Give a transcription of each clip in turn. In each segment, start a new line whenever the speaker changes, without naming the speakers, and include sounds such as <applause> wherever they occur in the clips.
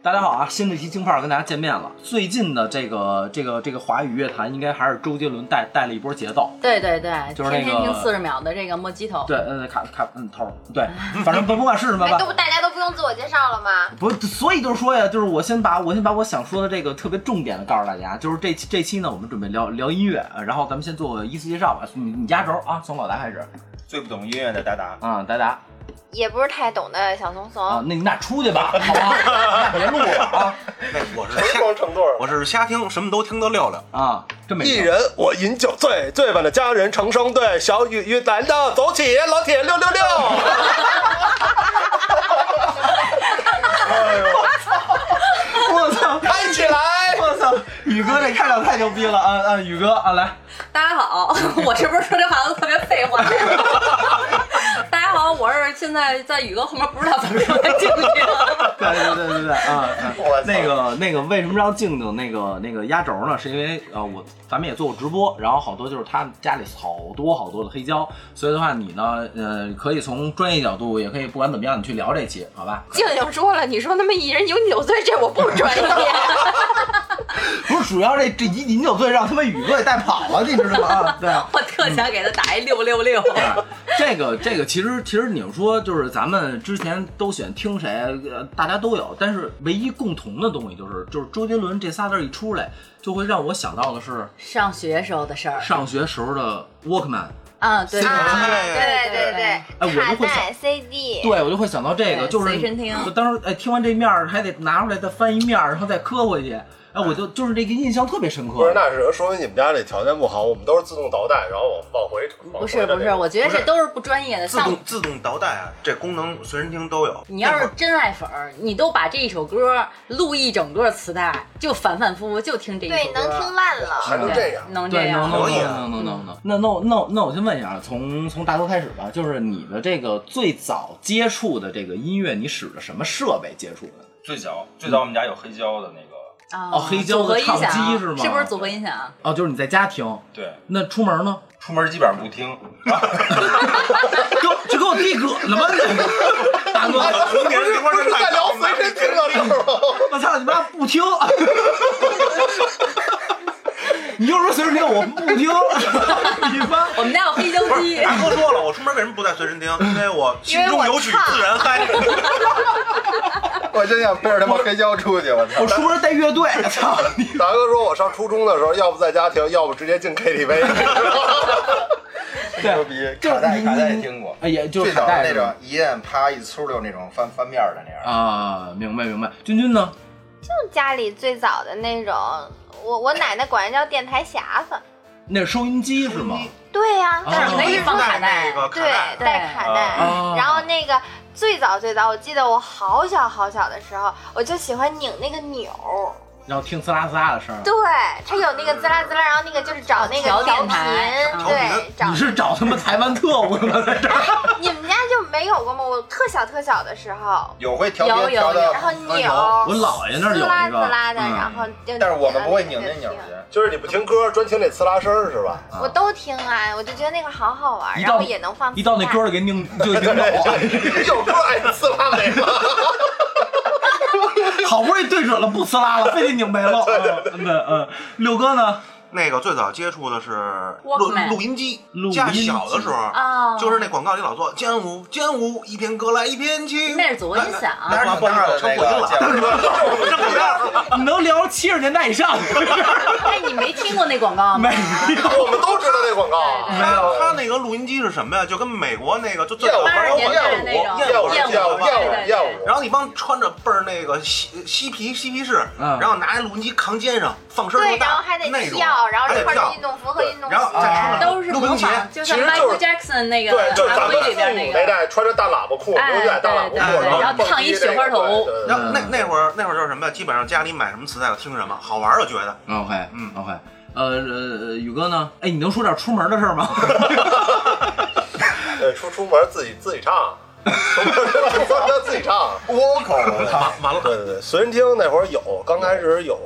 大家好啊！新的一期京范儿跟大家见面了。最近的这个这个这个华语乐坛，应该还是周杰伦带带了一波节奏。
对对对，
就是那
天天听
个
四十秒的这个莫吉头，
对，呃，卡卡嗯头儿，对，
<laughs>
反正不不管是什么
哎，
吧
都，不大家都不用自我介绍了吗？
不，所以就是说呀，就是我先把我先把我想说的这个特别重点的告诉大家，就是这期这期呢，我们准备聊聊音乐，呃然后咱们先做个依次介绍吧。你你压轴啊，从老达开始
最不懂音乐的达达，
啊，达达
也不是太懂的小怂怂，
哦
啊，那你俩出去
<laughs>
吧，好吧，那别录了啊
<laughs> 那我是瞎，
成对儿。
我是瞎听，什么都听得溜溜。
啊，这么一
一
个
人我饮酒醉，醉把那佳人成双对。小雨与男的走起，老铁六六六。 <laughs> 哎呦，
我操，
嗨起来！
我操，宇哥这开场太牛逼了啊啊，宇哥啊来。
大家好， <laughs> 我是不是说这话都特别废话？大家好，我是现在在宇哥后面不知道怎么说的静静。
<laughs> 对对对对对啊！啊
<laughs> 我操
那个那个，为什么让静静那个那个压轴呢？是因为呃，我咱们也做过直播，然后好多就是他家里好多好多的黑胶，所以的话你呢，呃，可以从专业角度，也可以不管怎么样，你去聊这期，好吧？
静静说了，你说他妈一人饮酒醉，这我不专业。
不是，主要这这一饮酒醉让他们宇哥给带跑了，你知道吗？啊对啊。
<laughs> 我特想给他打一六六六。
这个这个其实其实你们说就是咱们之前都喜欢听谁，呃，大家都有，但是唯一共同的东西就是就是周杰伦这仨字儿一出来，就会让我想到的是
上学时候的事儿，
上学时候的 Walkman，
嗯，对
随身
对
听
啊，
对
对
对
对
哎我就
卡
会
带
想
CD，
对我就会想到这个，
对
就是
随身听
我当时哎听完这面儿还得拿出来再翻一面儿，然后再磕回去，哎我就就是这个印象特别深
不
刻。
是，那是说明你们家这条件不好，我们都是自动倒带，然后往往回。
不是不是，我觉得这都是不专业的。
自
像
动自动倒带啊，这功能随身听都有。
你要是真爱粉儿，你都把这一首歌录一整个磁带，就反反复复就听这一首
对，
歌，
能听烂了。
还能这样
对，能这
对，能
样。
能
可以
能能能能能。那那我那我那我先问一下啊，从从大头开始吧，就是你的这个最早接触的这个音乐，你使的什么设备接触的？
最早
嗯
最早我们家有黑胶的那个，
哦
哦黑胶的
组合音响
唱机是吗
是不是组合音响？
哦，就是你在家听，
对，
那出门呢？
出门基本上不
<laughs>
听。
给我这给我递葛了吗？你大哥，
童年这块
不是在聊随身听的事儿吗？
<laughs> 我操你妈不听！你就说随时听，我不听。你妈！
我们家有黑胶
<laughs>
机。
大哥说了，我出门为什么不带随身听？因为我心中有曲自然嗨。
我真想背着他妈黑胶出去，我操
我！出门带乐队，操你！
达哥说，我上初中的时候，要不在家听，要不直接进 KTV。
对
牛逼，
哎就是
卡带
你
卡带也听过，
哎呀，就是
最早
卡
的
带
那
是吧
种一摁啪一粗溜那种翻翻面儿的那样。
啊，明白明白。君君呢？
就家里最早的那种，我我奶奶管人叫电台匣子。
那是收音机是吗？
对呀、
但是
我
可以
是
放
说
卡带
那个卡
对哦
带，
带卡
啊
带，然后那个最早最早，我记得我好小好小的时候，我就喜欢拧那个钮儿。
然后听呲啦呲啦的声儿。
对，它有那个滋啦滋啦，然后那个就是找那个
调
哦调哦
电
频
台，
调
对
频，
找
你是找他妈台湾特务吗？在这儿？
你们家就没有过吗？我特小特小的时候，
有会调
有
节调
有
到
然后
哎
扭，
呦
我姥爷那儿有
滋啦
一
滋
个。
啦的，
嗯
然后就
但是我们不会拧那钮儿
听
去，
<laughs> 就是你不听歌，专听那呲啦声儿是吧？
我都听啊，我就觉得那个好好玩，
一
然
到
后也能放
一到那
磁带
歌儿给拧就
<laughs>
拧走
<laughs>
了，
有歌爱呲啦没了。
好不容易对准了不呲啦了，非得拧
<laughs>
没了。嗯对嗯，六哥呢？
那个最早接触的是录
Walkman
录音机
录音，机
家小的时候。
啊，
就是那广告里老做剑舞剑舞，一片歌来一片青。
那是左音响
那是你大的
成
那
火星了，
个见过。
我正火星了。
你啊能聊七十年代以上的
<laughs>
事儿？
哎，你没听过那广告吗
没？
我们都知道那广告啊。
没有，他那个录音机是什么呀？就跟美国那个就最
燕
早
舞
八十
玩
年
火
代那种
燕舞，
燕
燕舞，
舞
燕
对对
舞，燕舞。
然后一帮穿着倍儿那个嬉嬉皮嬉皮士，
嗯
然后拿一录音机扛肩上，放声
对，
多
然后
大
还得
那种，
跳，然后
还得
穿着
跳
运，动服和运动
然后再
鞋
啊
穿。
都是
录
模
音鞋
仿，就像
其实就是
Michael Jackson 那个
对，就是咱
MV
们
里
父
边
母
那
那
个，
代穿着大喇叭裤，牛仔大喇叭裤，
然后那那会儿那会儿就是什么呀？基本上家里买什么磁带我听什么，好玩儿我觉得。
OK，
嗯
，OK，呃呃，宇哥呢？哎，你能说点出门的事儿
<laughs>
吗？
对，出出门自己自己唱，出门自己唱。
倭寇，
完完了，
对对对，随身听那会儿有，刚开始有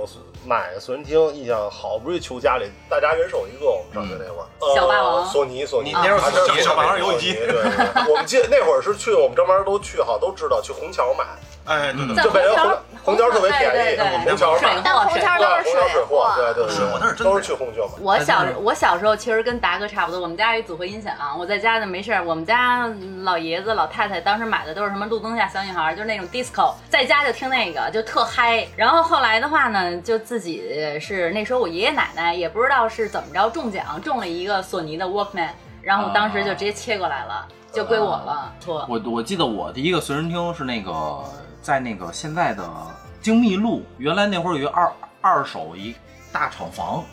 买随身听，印象好不容易求家里，大家人手一个。我们上学那会儿，呃
小霸王
索尼，索尼，
你
嗯
那会儿
啊这
小
小霸王游戏机 <laughs>
对对对，我们记得那会儿是去我们这帮人都去，好像都知道去虹桥买，
哎，对对
在
对，
就北京
红
红
桥
红桥特别便
对对
宜，
对
红桥
水
嘛，
货
但红桥
对，
都
红
是
桥水
货
货，，对对
水货那是真
对，都
的
是去红桥买。
我小
哎那是
我小时候其实跟达哥差不多，我们家有一组合音响，啊我在家呢没事儿，我们家老爷子老太太当时买的都是什么路灯下小女孩，就是那种 disco，在家就听那个就特嗨。然后后来的话呢，就自己是那时候我爷爷奶奶也不知道是怎么着中奖，中了一个索尼的 Walkman，然后我当时就直接切过来了，就归我了。我
我我记得我第一个随身听是那个在那个现在的精密路，原来那会儿有一个二二手一大厂房，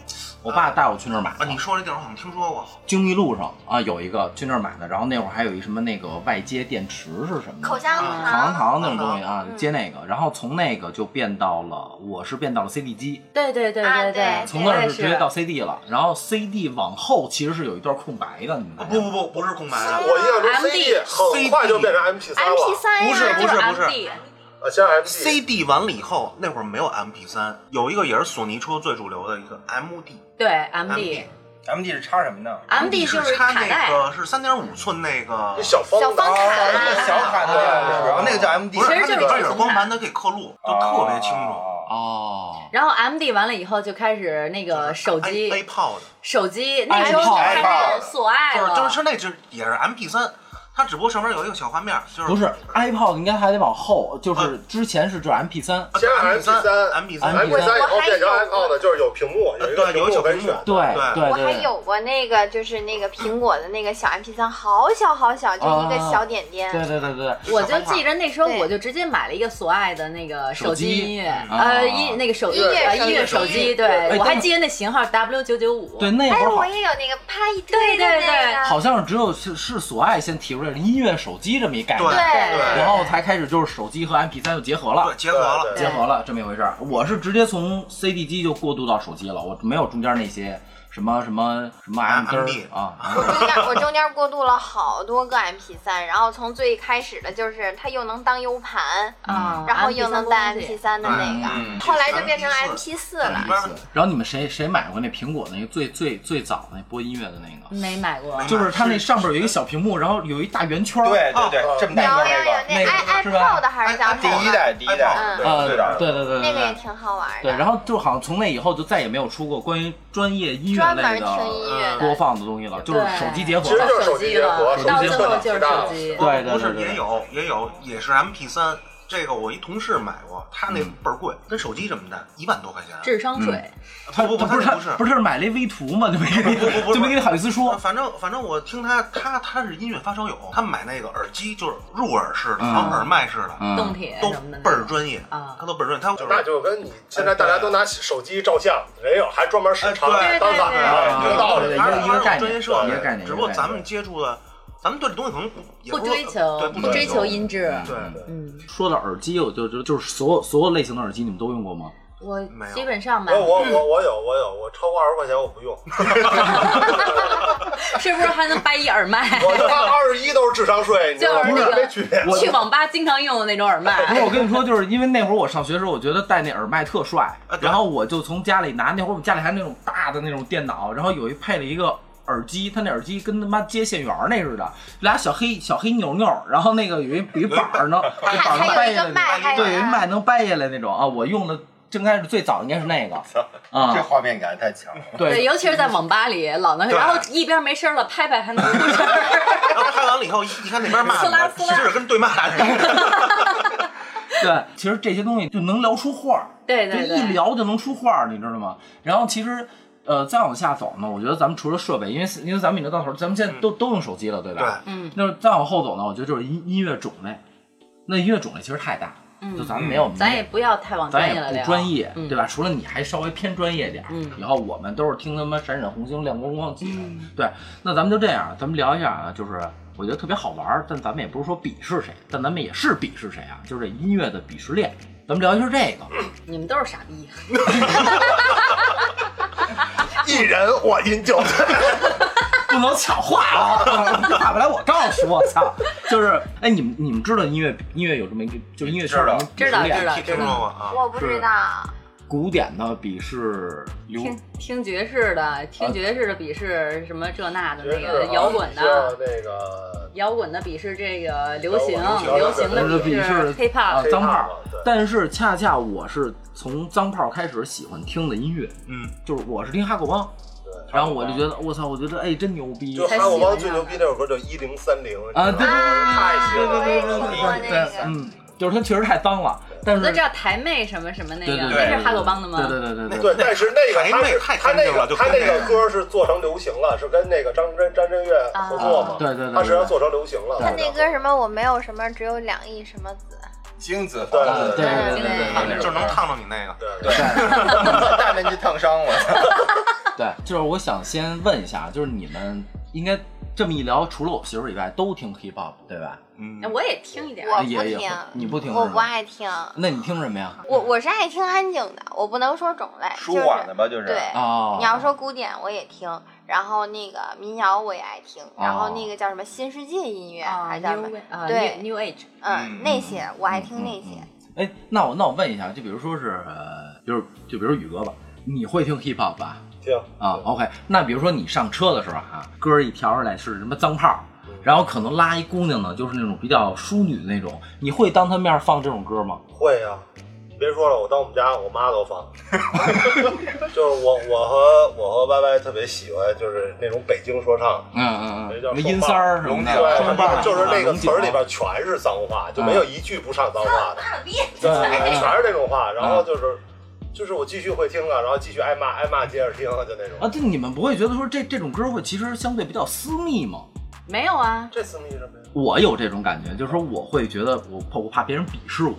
我爸带我去那儿买
啊，
的。
你说这地儿我好像听说过，
精密路上啊有一个去那儿买的，然后那会儿还有一什么那个外接电池是什么的
口香
啊
口香
糖，
糖那种东西啊，接那个，然后从那个就变到了，我是变到了 CD 机，
对对对
啊
对
对
从那
哎我
儿
也
是直接到 CD 了，然后 CD 往后其实是有一段空白的，你们
不
发现
啊不
吗？
不，不是空白的，
我印象
MD
中 CD 很快就变成 MP 三
MP
了，
三
不是
就是
不是不是
MD
啊，现在 MD
CD 完了以后，那会儿没有 MP 三，有一个也是索尼出最主流的一个 MD，
对
MD
MD
<laughs> M D 是插什么
<laughs>
呢？
MD 就
就是
卡
插
带
那。个是三点五寸那个
那，小方
小方
的
卡
哦那个小
啊
卡的
哎
呀，然后哦那个叫 MD，
不是
其实
它
就是
那里边
这
有
种
光
卡
盘，它可以刻录，就特别清楚。
哦。
哦，
然后 MD 完了以后就开始那个手机
A Pod，
手机那时候
iPod
开始索爱
就是
了，
就是是那只也是 MP 三，它只不过上面有一个小画面，就是
不是 iPod 应该还得往后，就是
嗯
之前是指 MP 3
先
MP 三 MP
MP 三
三呃
MP3
以后变成
我还
iPod，就是有屏幕，有一个
对有一
幕
小
可以
屏幕
选。
对
对
对
我还
对，
有过那个，就是那个苹果的那个小 MP 三，好小好小，就一个小点点。
对对对对，
我就记着那时候，
对
我就直接买了一个索爱的那个手
手
机
机
音乐，
嗯
呃，
哦
音那个手
音乐
呃
手
音乐
机
手机，对
哎
我还
但
记得那型号 W 九九五，
对，那会
哎，
儿好
我也有那个啪一
对
推的
对
那个，
好像是只有是是索爱先提出来音乐手机这么一概念，
对
对
然后才开始就是手机和 MP 3就结合
对
了。
结合了
对
结合了这么一回事儿，我是直接从 CD 机就过渡到手机了，我没有中间那些什么什么什么 M 根
MD
儿啊，
我中间我 <laughs> 中间过渡了好多个 MP 三，然后从最开始的就是它又能当 U 盘，
嗯
啊，
嗯然后又能带
MP3
MP 三的那
嗯
个，后来就变成
MP4
MP 四了
里。
嗯
边儿
然后你们谁谁买过那苹果那个最最最早那播音乐的那个？
没买过，
就是它那上边有一个小屏幕，然后有一大圆圈儿。
对对
哦
啊
对，这么
有
大
有
个那
有
个，
那
那
个
i
是吧啊
iPod 还是叫
哎
什
第
么？
一代第一代
iPod，，
对
呃，
最早
对对对
那个也
对
挺好玩
对。
的，
然后就好像从那以后就再也没有出过关于专业音乐
专门
类
听音
的呃
乐
播
的。
放的东西了，就是手机结合
其实
了。
就是手机
机
结合
了，
手
到
机
最
结合
后就是
大
手
了
机
对。对对
不是
对
也
对
有也有也是 MP 三，这个我一同事买过，他
嗯
那倍儿贵，跟手机这么大，一万多块钱。啊
智商税，
他
不不
不
不
是
他
他
不是
不是买了一微图吗？就没给
不不
你
不不
就没给你好意思说。
反正反正我听他他他是音乐发烧友，他买那个耳机就是入耳式的，
嗯
然后耳麦式的，
动
嗯，
铁
都
什么的，
倍儿专业
嗯
啊
他都倍儿专业，他就
那
是
就跟你现在大家都拿手机照相，人有还专门市场
哎
当反
对
有道
啊对
理。
对
他
一个一个概念
有专业设
一个概念
备，只不
一
过
个概念
咱们接触的，咱们对这东西可能不也
不
是
追求
对，
不追求
求
音质，
对。
嗯，
说到耳机，我就就就是所有所有类型的耳机，你们都用过吗？
我
没有
基本上买
我，我我我有我有，我超过二十块钱我不用，
是不是还能掰一耳麦？
我他妈二十一都是智商税，你知道吗？
就是那个
没区别。
我
去网吧经常用的那种耳麦
不，是，我跟你说，就是因为那会儿我上学的时候，我觉得戴那耳麦特帅，
对
然后我就从家里拿，那会儿我们家里还那种大的那种电脑，然后有一配了一个。耳机，它那耳机跟他妈接线员儿那似的，俩小黑小黑钮钮儿，然后那个有一有一板儿能，有一板儿能
还有
掰
一
下
个
来
麦，
那
还
种，对，有一
有
麦能掰下来那种啊。我用的应该是最早应该是那个啊
这，画面感太强了。
对，
对，
尤其是在网吧里老能，
对
然后一边没声了，拍拍还能出声
<laughs>
儿。
然后拍完了以后，一一看那边骂
撕拉
你，
撕
其
拉
实是跟对骂似
<laughs>
的。
对，其实这些东西就能聊出话儿，
对
就
对
一
对，
聊就能出话儿，你知道吗？然后其实，呃，再往下走呢，我觉得咱们除了设备，因为因为咱们已经到头儿，咱们现在都、都用手机了，对
对
吧？，
嗯
那再往后走呢，我觉得就是音音乐种类，那音乐种类其实太大，就
嗯，
咱们没有，
咱也不要太往
咱
专业
也
了
不
聊，
专业，
嗯
对吧？除了你还稍微偏专业点儿，
嗯
然后我们都是听他妈闪闪红星亮光光起的，对。那咱们就这样，咱们聊一下啊，就是我觉得特别好玩儿，但咱们也不是说鄙视谁，但咱们也是鄙视谁啊，就是这音乐的鄙视链。咱们聊一下这个，
你们都是傻逼。
一人我饮酒，
不能抢话啊！大不来我告诉我操，就是哎，你们你们知道音乐音乐有这么一个，就是音乐圈儿有一个
知道
鄙视链
知道
听说过啊？
我不知道，
古典的鄙视流
听听
啊
爵士的，听爵士的鄙视什么这那的那
爵士
个
啊
摇滚
像
的，
那个
摇滚的鄙视这个流行，
摇滚
流行的鄙视
流行的鄙视
hiphop，
啊脏炮儿
对
但是恰恰我是从脏炮开始喜欢听的音乐，
嗯，
就是我是听哈狗帮，
对
然后我就觉得我操，我觉得哎真牛逼，
就韩国帮最牛逼那首歌叫《一零三零》
啊对
太喜
对
欢了，
对对对
我也听过
对对
那个，
嗯，就是它确实太脏了，但
我
是
都知道台妹什么什么那个，
对对对
那是哈狗帮的吗？
对对对对对，
对，但是那
台
个他
妹
是
太
他
干净
那
了
个
就
他
跟
那
那
个
个
歌是做成流行了，是跟那个张震张震岳合作嘛
啊？对对对
他实际上
对
做成流行了。
他那歌什么我没有什么，只有两亿什么子，
精子
对
房
啊
子
对
对
对对
对
对
对
就是能烫到你那个。
对对
对，<laughs>
<laughs>
大面积烫伤
<laughs>
了。
对，就是我想先问一下，就是你们应该这么一聊，除了我媳妇儿以外都听 hip hop 对吧？
嗯
哎，我也听一点儿。
我不
也也
听
会，你不听
我
是
不
吗
爱听，
那你听什么呀？
我我是爱听安静的，我不能说种类，
舒
就是
缓的吧，就是。
对。
哦，
你要说古典我也听，然后那个民谣我也爱听，然后那个叫什么新世界音乐
啊
还是叫什么
New，Wave，啊
对
New New Age，
嗯，那些我爱听那些。
哎，那我那我问一下，就比如说是，呃，比如就比如宇哥吧，你会听 hip hop 吧？
听
啊，OK，那比如说你上车的时候啊，歌儿一调出来是什么脏炮，然后可能拉一姑娘呢，就是那种比较淑女的那种，你会当她面放这种歌吗？
会呀、你别说了，我当我们家我妈都放， <laughs> 就是我我和我和 Y Y 特别喜欢，就是那种北京说唱，
嗯
那
什
叫
么阴三儿什么的，
对，
双棒儿，
就是那个
龙
词
井啊嗯
儿里边全是脏话，就没有一句不上脏话
<laughs>
的，
对
全是那种
嗯
话。然后就是就是我继续会听啊，然后继续挨骂，挨骂接着听，就那
啊，
种。
这你们不会觉得说这这种歌会其实相对比较私密吗？
没有啊，
这私密什 <laughs> 么呀？
我有这种感觉，就是说我会觉得我怕我怕别人鄙视我，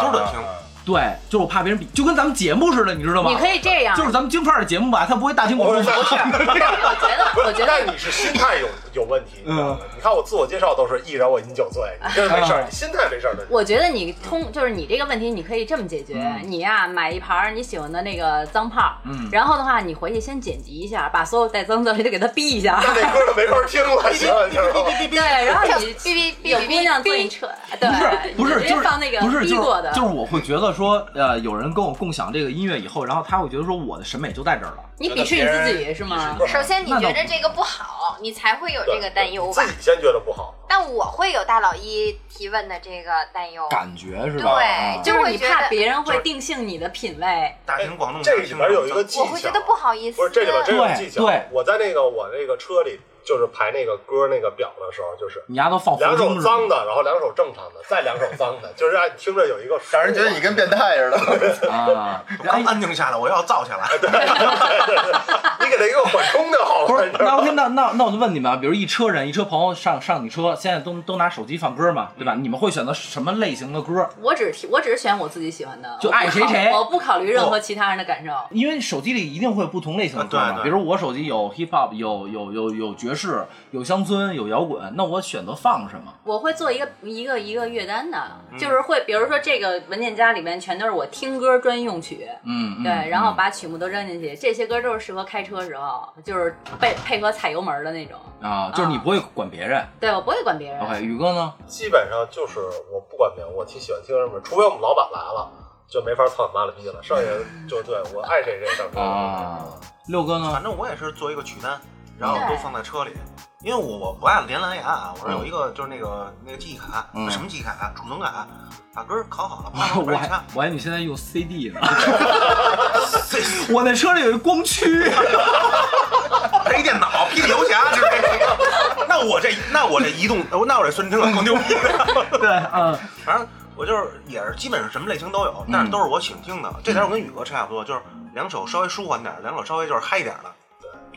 偷偷地听
对，就是我怕别人鄙，就跟咱们节目似的，你知道吗？
你可以这样。
就是咱们京范儿的节目吧，他不会大庭广
我
众
是
说， <laughs>
我觉得，我觉
但
得
你是心态有有问题，你知
嗯
道吗？你看我自我介绍都是依然我已经酒醉，你这没事儿，你心态没事儿的。
我觉得你通就是你这个问题，你可以这么解决：你呀、买一盘儿你喜欢的那个脏炮儿，
嗯
然后的话，你回去先剪辑一下，把所有带脏字儿的给它逼一
<laughs>
下，
<laughs> 那歌都没法听了，行，你知道吗？
对，然后 <laughs> 你
哔
有姑娘坐你车，对，
不是不
你
是就
直接
是
放那个
不是
逼
就是
过的，
就是我会觉得说，呃，有人跟我共享这个音乐以后，然后他会觉得说我的审美就在这儿了。
你鄙视你自己是吗？
首先，你
那倒
觉得这个不好，你才会有这个担忧吧
自？己先觉得不好，
但我会有大佬一提问的这个担忧，
感觉是吧？啊
对，
就
就
是嗯
会
你
觉
怕
得
别人会定性你的品味，
大庭广众下
这里边有一个技巧，
我会觉得不好意思。
不是这里边真有技
嗯
巧。
对对
我在那个我那个车里就是排那个歌那个表的时候，就是
你丫都放
两
佛
首
经
脏
的
的，然后两首正常的，再两首脏的，就是让你听着有一个数
让人觉得你跟变态似的。
<laughs> 啊？
我
哎
刚，安静下来，我要燥下来。
哎你给他一个缓冲就好
不
了，
哎
是
你，知
那
道吗？
OK，那那那我就问你们啊，比如一车人，一车朋友上上你车，现在都都拿手机放歌嘛，对吧？
嗯
你们会选择什么类型的歌？
我只提我只选我自己喜欢的，
就
我不
爱谁
考
谁哦
我不考虑任何其他人的感受。
因为手机里一定会有不同类型的歌
啊
嘛，
对对
比如我手机有 hip hop，有有有有爵士，有乡村，有摇滚，那我选择放什么？
我会做一个一个一个乐单的，就是会，比如说这个文件夹里面全都是我听歌专用曲，
嗯，嗯
对，然后把曲目都扔进去，这些歌都是适合开车时候，就是配配合踩油门的那种。
啊，就是你不会管别人。
对我不会管别人。
OK，宇哥呢？
<laughs> 基本上就是我不管别人，我挺喜欢听什么，除非我们老板来了，就没法操你妈了逼了，剩下就对我爱谁谁上车。
啊，六哥呢
反？正我也是做一个曲单，然后都放在车里，因为我我不爱连蓝牙啊，我是有一个就是那个那个记忆卡，
嗯
什么记忆卡啊？储存卡，把歌儿拷好
<laughs>
了，啪，
我
我
还
看，
我还以为你现在用 CD
<laughs>
呢，我那车里有一光驱。 <laughs>
配一电脑，霹雳游侠就是这 <laughs> 个。那我这那我这移动，那我这孙听了更牛逼。
对，嗯，
<laughs> 反正我就是也是基本上什么类型都有，但是都是我喜欢听的。这点我跟宇哥差不多，就是两首稍微舒缓点儿，两首稍微就是嗨一点儿的。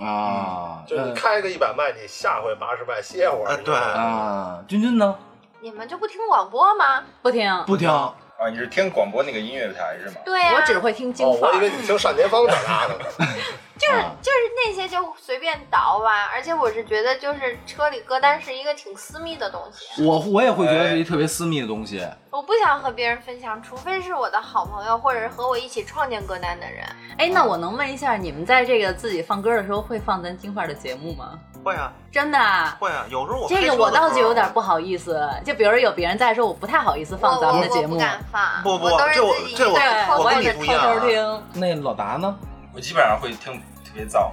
啊，
嗯
就是你开个一百迈，你下回八十迈歇会儿。
呃
你知道
呃
吗
啊，君君呢？
你们就不听广播吗？
不听，
不听
哎
啊，你是听广播那个音乐台是吗？
对啊呀、
我只会听京
哦，
范
我以为
儿。
你听单田芳长大
<laughs>
的呢。
就是
啊
就是那些就随便倒吧。而且我是觉得，就是车里歌单是一个挺私密的东西，
我，我也会觉
哎
得是一特别私密的东西。
我不想和别人分享，除非是我的好朋友或者是和我一起创建歌单的人。
哎，那我能问一下，你们在这个自己放歌的时候会放咱京范儿的节目吗？
会啊
真的啊？
会啊，有时候我
这
开车
个
的
我倒
时
是
候
有点不好意思，就比如有别人在的时候，我不太好意思放
我
咱们
我
的
我
节
不
目。
敢放，
不不
我都是
这我
自己
这我
对，
偷
我
偷
跟
也是
你不
偷
一样啊
偷听。
那老达呢？
我基本上会听特别燥，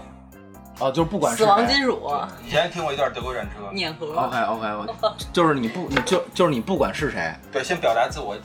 哦，就是不管是
死亡
谁
金属、
以前听过一段德国战车，
碾核，
OK OK，我就是你不，你就就是你不管是谁，
对，先表达自我，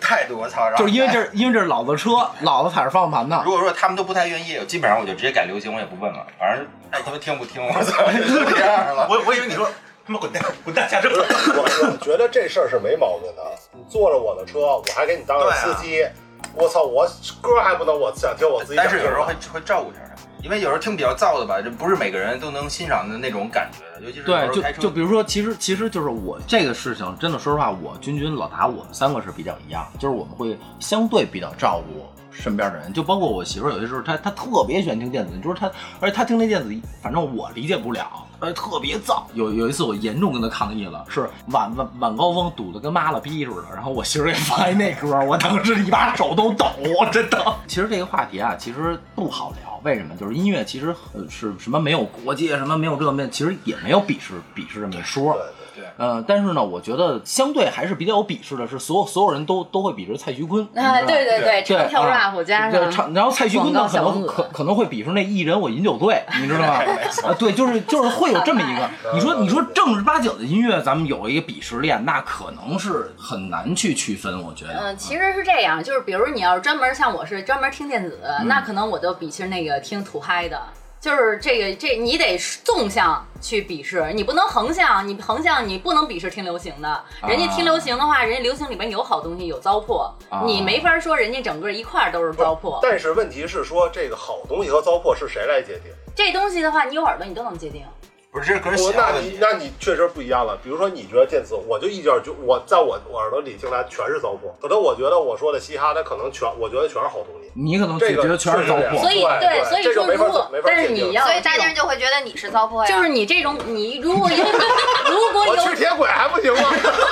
态度，我操！然后
就是因为这是因为这是老子车，老子踩着方向盘呢
如。果说他们都不太愿意，基本上我就直接改流行，我也不问了，反正爱他们听不听，我操，就这样了。
我我以为你说他妈滚蛋，滚蛋下车。
我我觉得这事儿是没毛病的。你坐着我的车，我还给你当个司
啊
机，我操，我歌还不能我想听我自己想
但
听
是
的。
有时候会会照顾一下他们，因为有时候听比较燥的吧，这不是每个人都能欣赏的那种感觉的，尤其是
对
有，时候开
就
车
就比如说，其实其实就是我这个事情，真的说实话，我君君老达我们三个是比较一样，就是我们会相对比较照顾身边的人，就包括我媳妇儿，有些时候她她特别喜欢听电子，你说她，而且她听那电子，反正我理解不了，而且特别燥。有有一次我严重跟她抗议了，是晚晚晚高峰堵得跟妈了逼似的，然后我媳妇儿给放一那歌，我当时一把手都抖，真的。其实这个话题啊，其实不好聊。为什么？就是音乐其实呃是什么没有国界，什么没有这个，其实也没有鄙视鄙视这么一说。
对对
呃，但是呢，我觉得相对还是比较有鄙视的，是所有所有人都都会鄙视蔡徐
<laughs>
坤。
哎，
你知道
对
吧
对
对
对，唱跳
啊
rap 加
对
上
唱，然后蔡徐坤呢，
广告
可
小
能
王子
可可能会鄙视那艺人，我饮酒醉，你知道
哎
吗？啊，对，就是就是会有这么一个，你说你说正儿八经的音乐，咱们有一个鄙视链，那可能是很难去区分，我觉得。
嗯，其实是这样，就是比如你要是专门像我是专门听电子，
嗯
那可能我就鄙视那个听土嗨的。就是这个，这你得纵向去鄙视，你不能横向，你横向你不能鄙视听流行的。人家听流行的话，人家流行里面有好东西，有糟粕，
啊
你没法说人家整个一块儿都是糟粕。
但是问题是说，这个好东西和糟粕是谁来界定？
这东西的话，你有耳朵你都能界定。
不是这是个人
我
喜好
那
问
你
题。
那你确实不一样了。比如说，你觉得电子，我就一点就我在我我耳朵里听它全是糟粕。可能我觉得我说的嘻哈，它可能全我觉得全是好东西。
你可能
这
觉
个
得全是糟
确实
粕
是。
所以
对对
所以
这
说
就没
如
法
果
没，法
但是
界定
你要
所以
这
大
种
家就会觉得你是糟粕呀。
就是你这种，你如
<laughs>
果有如果
啊我
有
去铁轨还不
<laughs>
行吗？ <laughs>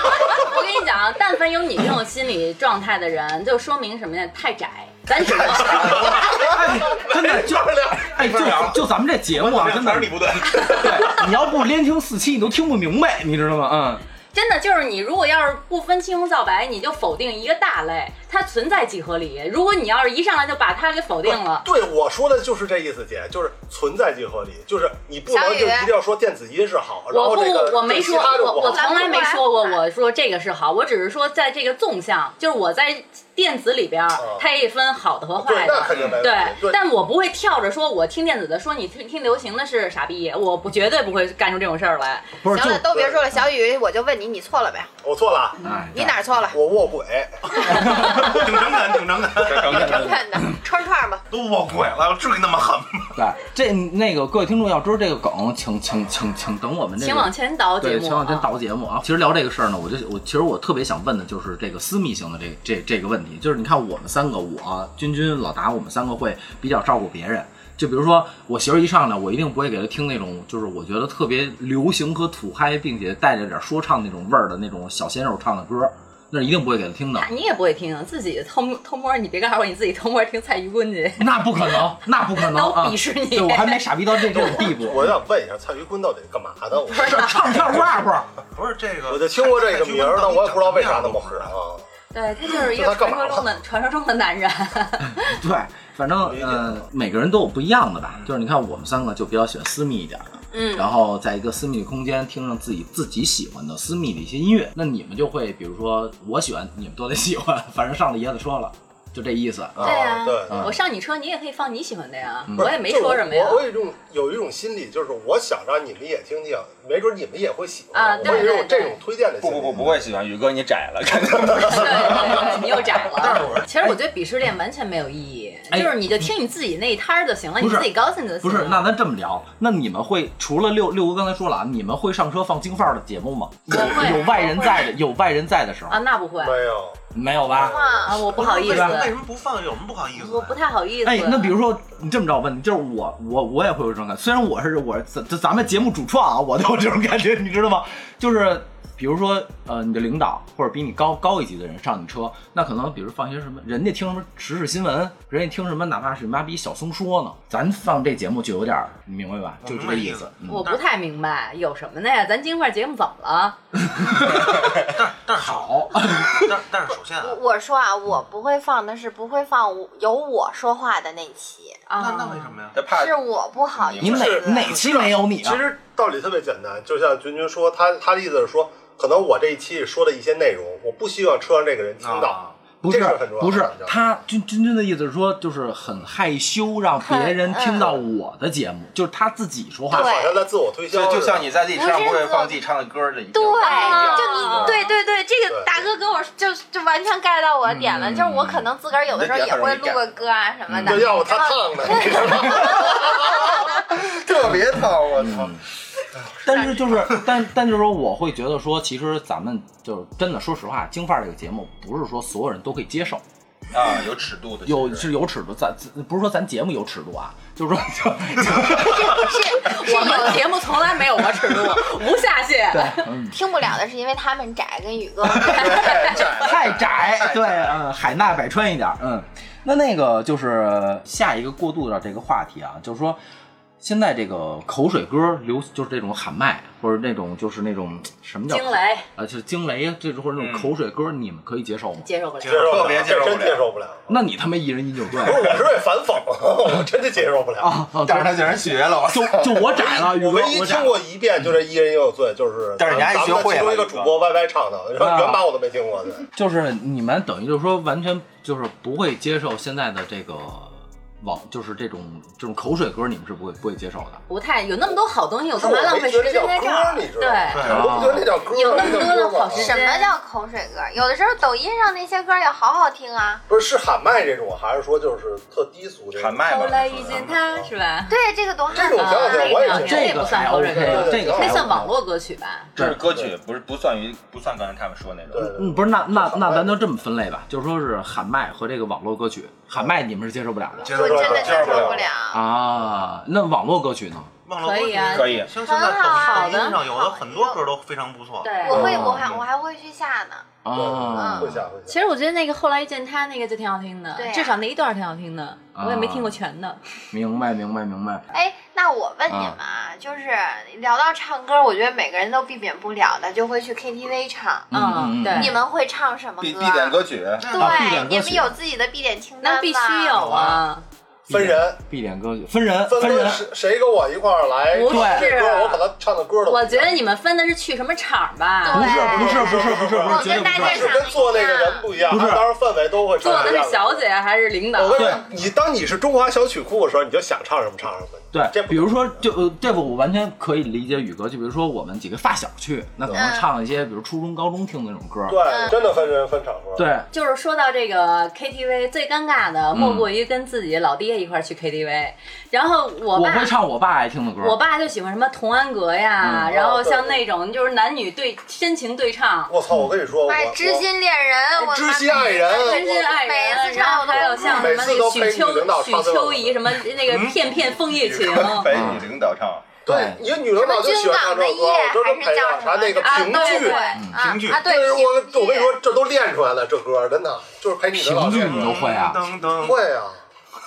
我跟你讲啊，但凡有你这种心理状态的人，就说明什么呀？太窄，咱只能
真的
<laughs>
就哎，就就咱们这节目啊，真的
是你 <laughs> 不对，
对，你要不连听四期，你都听不明白，你知道吗？嗯
真的就是你，如果要是不分青红皂白，你就否定一个大类，它存在几何理。如果你要是一上来就把它给否定
<laughs>
了，
对，我说的就是这意思，姐，就是存在即合理，就是你不
小
能
雨
就一定要说电子音是好，然
我
后
不
这个，
我没说，
这其他就
我
不好
我从来没说过，
不好
我说这个是好，我只是说在这个纵向，就是我在电子里边儿，它也分好的和
对，
坏
那
的。
肯定没问题。
对，但我不会跳着说，我听电子的，说你听听流行的是傻逼，我不绝对不会干出这种事儿来。
嗯，不是
行
就
了，都别说了，小雨，我就问你，你错了没？
我错了，
哎，
你哪儿错了？
我卧轨，
挺诚恳，挺 <laughs> 诚恳，
<laughs> 诚恳
<laughs>
的，串串吧。
都卧轨了，至于那么狠吗？
对这那个各位听众要知道这个梗，请请请请等我们这
请
个
往前倒节
对，
目，
前两天
啊
导节目啊，其实聊这个事儿呢，我就我其实我特别想问的就是这个私密性的这这这个问题，就是你看我们三个，我君君、老达，我们三个会比较照顾别人。就比如说我媳妇儿一上来，我一定不会给她听那种就是我觉得特别流行和土嗨，并且带着点说唱那种味儿的那种小鲜肉唱的歌，那是一定不会给她听的。
你也不会听，自己偷摸偷摸，你别告诉我你自己偷摸听蔡徐坤去。
那不可能，那不可能
那我
啊！
鄙视你
对我还没傻逼到这这种
<laughs>
地
<laughs>
步。
我想问一下，蔡徐坤到底是干嘛的？我
唱跳 rap，
不是这个，
我就听过这个名
<laughs>
儿，但我也不知道为啥那么火
火。
啊。
对他就是一
那
个
他干
传
嘛
说中的传说中的男人，
<laughs> 对，反正呃，每个人都有不一样的吧。就是你看我们三个就比较喜欢私密一点的，嗯，然后在一个私密的空间听上自己自己喜欢的私密的一些音乐。那你们就会，比如说我喜欢，你们都得喜欢，反正上了爷子说了，就这意思。
对
呀、
啊对。
啊我上你车，你也可以放你喜欢的呀，
不
我
是
也没说什么呀
就。我我有一种有一种心理，就是我想让你们也听听，没准你们也会喜欢。
啊对
我有一种
对对
这种推荐的
不
心理。
不不，不会喜欢宇哥，你窄了，感觉
对对对，你又窄了。其实我觉得鄙视链完全没有意义，
哎
就是你就听你自己那一摊儿就行了，
不
你
是
自己高兴就行了。啊
不是，那咱这么聊，那你们会除了六六哥刚才说了啊，你们会上车放京范儿的节目吗？
我会
有有外人在的，有外人在的时候
啊，那不会
没有，
没有吧？
哇，
啊，我不好意
为
思
什，么为什么不放？有什么不好意思的？
我不太好意思。
哎，那比如说你这么着问，就是我我我也会有这种感觉，虽然我是我咱咱咱们节目主创啊，我都有这种感觉，你知道吗？就是比如说呃，你的领导或者比你高高一级的人上你车，那可能比如放一些什么，人家听什么时事新闻，人家听什么，哪怕是妈逼小松说呢，咱放这节目就有点儿，你明白吧？就这个意思。嗯
我不太明白有什么的呀，咱金块节目怎么了？
但但但是首，
好，
<laughs> 但但是首先啊
我，我说啊，我不会放的是不会放我有我说话的那期，
那
啊，
那为什么呀？
他怕
是我不好意思。
你哪
是
哪期没有你啊
其？实道理特别简单，就像君君说，他他的意思是说，可能我这一期说的一些内容，我不希望车上这个人听到
啊。
不是
这个很重要
不是
我觉得
他君君君的意思是说，就是很害羞让别人听到我的节目，就是他自己说话
他
对
好像在自我推销
就
似的，
就
<laughs>
像你在自己身上不会放自己唱的歌儿的一样，
对，
啊
就你对对对，这个
对
大哥跟我就就完全 get 到我的点了，
嗯
就是我可能自个儿有的时候也会录个歌啊什么的
就，嗯要我他烫的，你知道吗？
特别烫，我操！
但是就是， <laughs> 但但就是说，我会觉得说，其实咱们就是真的，说实话，《京范儿》这个节目不是说所有人都可以接受，
啊，有尺度的，
有
其实
是有尺度，咱不是说咱节目有尺度啊，就是说 <laughs> 就
<laughs> 我们节目从来没有过尺度，无下
<laughs>
限。
对，嗯，
听不了的是因为他们窄，
<laughs>
跟宇哥
太窄，对，嗯，海纳百川一点儿，嗯。那那个就是下一个过渡到这个话题啊，就是说现在这个口水歌流，就是这种喊麦或者那种就是那种什么叫
惊雷
啊，就是惊雷，这或者那种口水歌，你们可以接受吗？
接受不了
接，受不了
特别接受不了
真接受不了。
那你他妈一人一酒醉
不是，我是为反讽， <laughs> 我真的接受不了。
啊！啊
<laughs> 但是他竟然学了，我操！
就就我窄了，宇哥
我唯一
窄
听过一遍就是一人也有罪，就是
但是人家
咱
也学
们
会了
其中一个主播 YY 唱的，然
啊
后原版我都没听过。对，
就是你们等于就是说完全就是不会接受现在的这个网，就是这种这种口水歌，你们是不会不会接受的。
不太有那么多好东西，我
但
干嘛
我
浪
没
费
觉
时
得
间
叫
在这儿
歌，你？知道吗？
啊
对，
啊
我不觉得那叫歌，
有那么多的
那叫歌吗
好事
什么叫口水歌？有的时候抖音上那些歌也好好听啊。
不是是喊麦这种，还是说就是特低俗这
<laughs>
种
喊？麦
后
吧，
来遇见
嗯
他是吧？
对，这个多
这
好
种挺好听，我也
啊
觉得。
这
不
个
算
还
口
OK，
水歌
这个还
那算
OK
网络歌曲吧？
这是歌曲，不是不算于不算刚才他们说那种。
对对
嗯，
对，
不是，那那那咱就这么分类吧，就是说是喊麦和这个网络歌曲，喊麦你们是接受不了的
接
哎我
着说
真的接受不了。
啊。那网络歌曲呢？
忘了
可以啊
可以
像现在
很好啊
抖音上有的很多歌都非常不错。
对，
我会，
哦
我还我还会去下呢。
啊
嗯
会下会下。
其实我觉得那个后来遇见他那个就挺好听的，
对啊
至少那一段挺好听的，
啊
我也没听过全的。
明白明白明白。
哎，那我问你
嗯
们啊，就是聊到唱歌，我觉得每个人都避免不了的，就会去 KTV 唱。
嗯嗯嗯
对
你们会唱什么
必
歌？
必点歌曲，
啊必
对，
点歌
你
曲
们有自己的必点清
那
单吗？
必须有啊！
分人，
必点歌曲，分人
分
人
跟谁谁跟我一块儿来
不
唱这
是
歌，我可能唱的歌都不一样
我觉得你们分的是去什么场吧？
不是
对
不是不是不是不
我
是绝对不
跟大
是。
家
是
想
跟做那个人不一样，
不是
他当时氛围都会
做
唱
的是小姐还是领导？
我跟你说，你当你是中华小曲库的时候，你就想唱什么唱什么。这
对，
不
比如说，就呃这个我完全可以理解宇哥，就比如说我们几个发小去，那可能
嗯
唱一些比如初中、高中听的那种歌，
对，真的分人分场合。，
对，
就是说到这个 KTV 最尴尬的，莫过于跟自己老爹一块儿去 KTV，、然后我
我
爸
会。唱嗯我爸爱听的歌，
我爸就喜欢什么童安格呀，然后
哦对
像那种就是男女对深情对唱，
我操！我跟你说，我
哎，
我
知心恋人，我
知心爱人，
真是爱
每
人。
次
然
唱
后
我都
还有像什么那个许
每次都
秋
陪领导
许
唱这
秋
种
怡什么那个片片枫
<laughs>
叶情，
<laughs>
啊
被女领导唱，
对
对，你女领导就喜欢唱这首歌，我真是佩服。啥那个
啊，
评
对
嗯剧
对，，
啊
评剧
啊，对，
这是我我跟你
评
说，这都练出来了，这歌真的就是陪你领导
评剧
练出
你
来
都
的。
会啊？
噔噔，
会啊，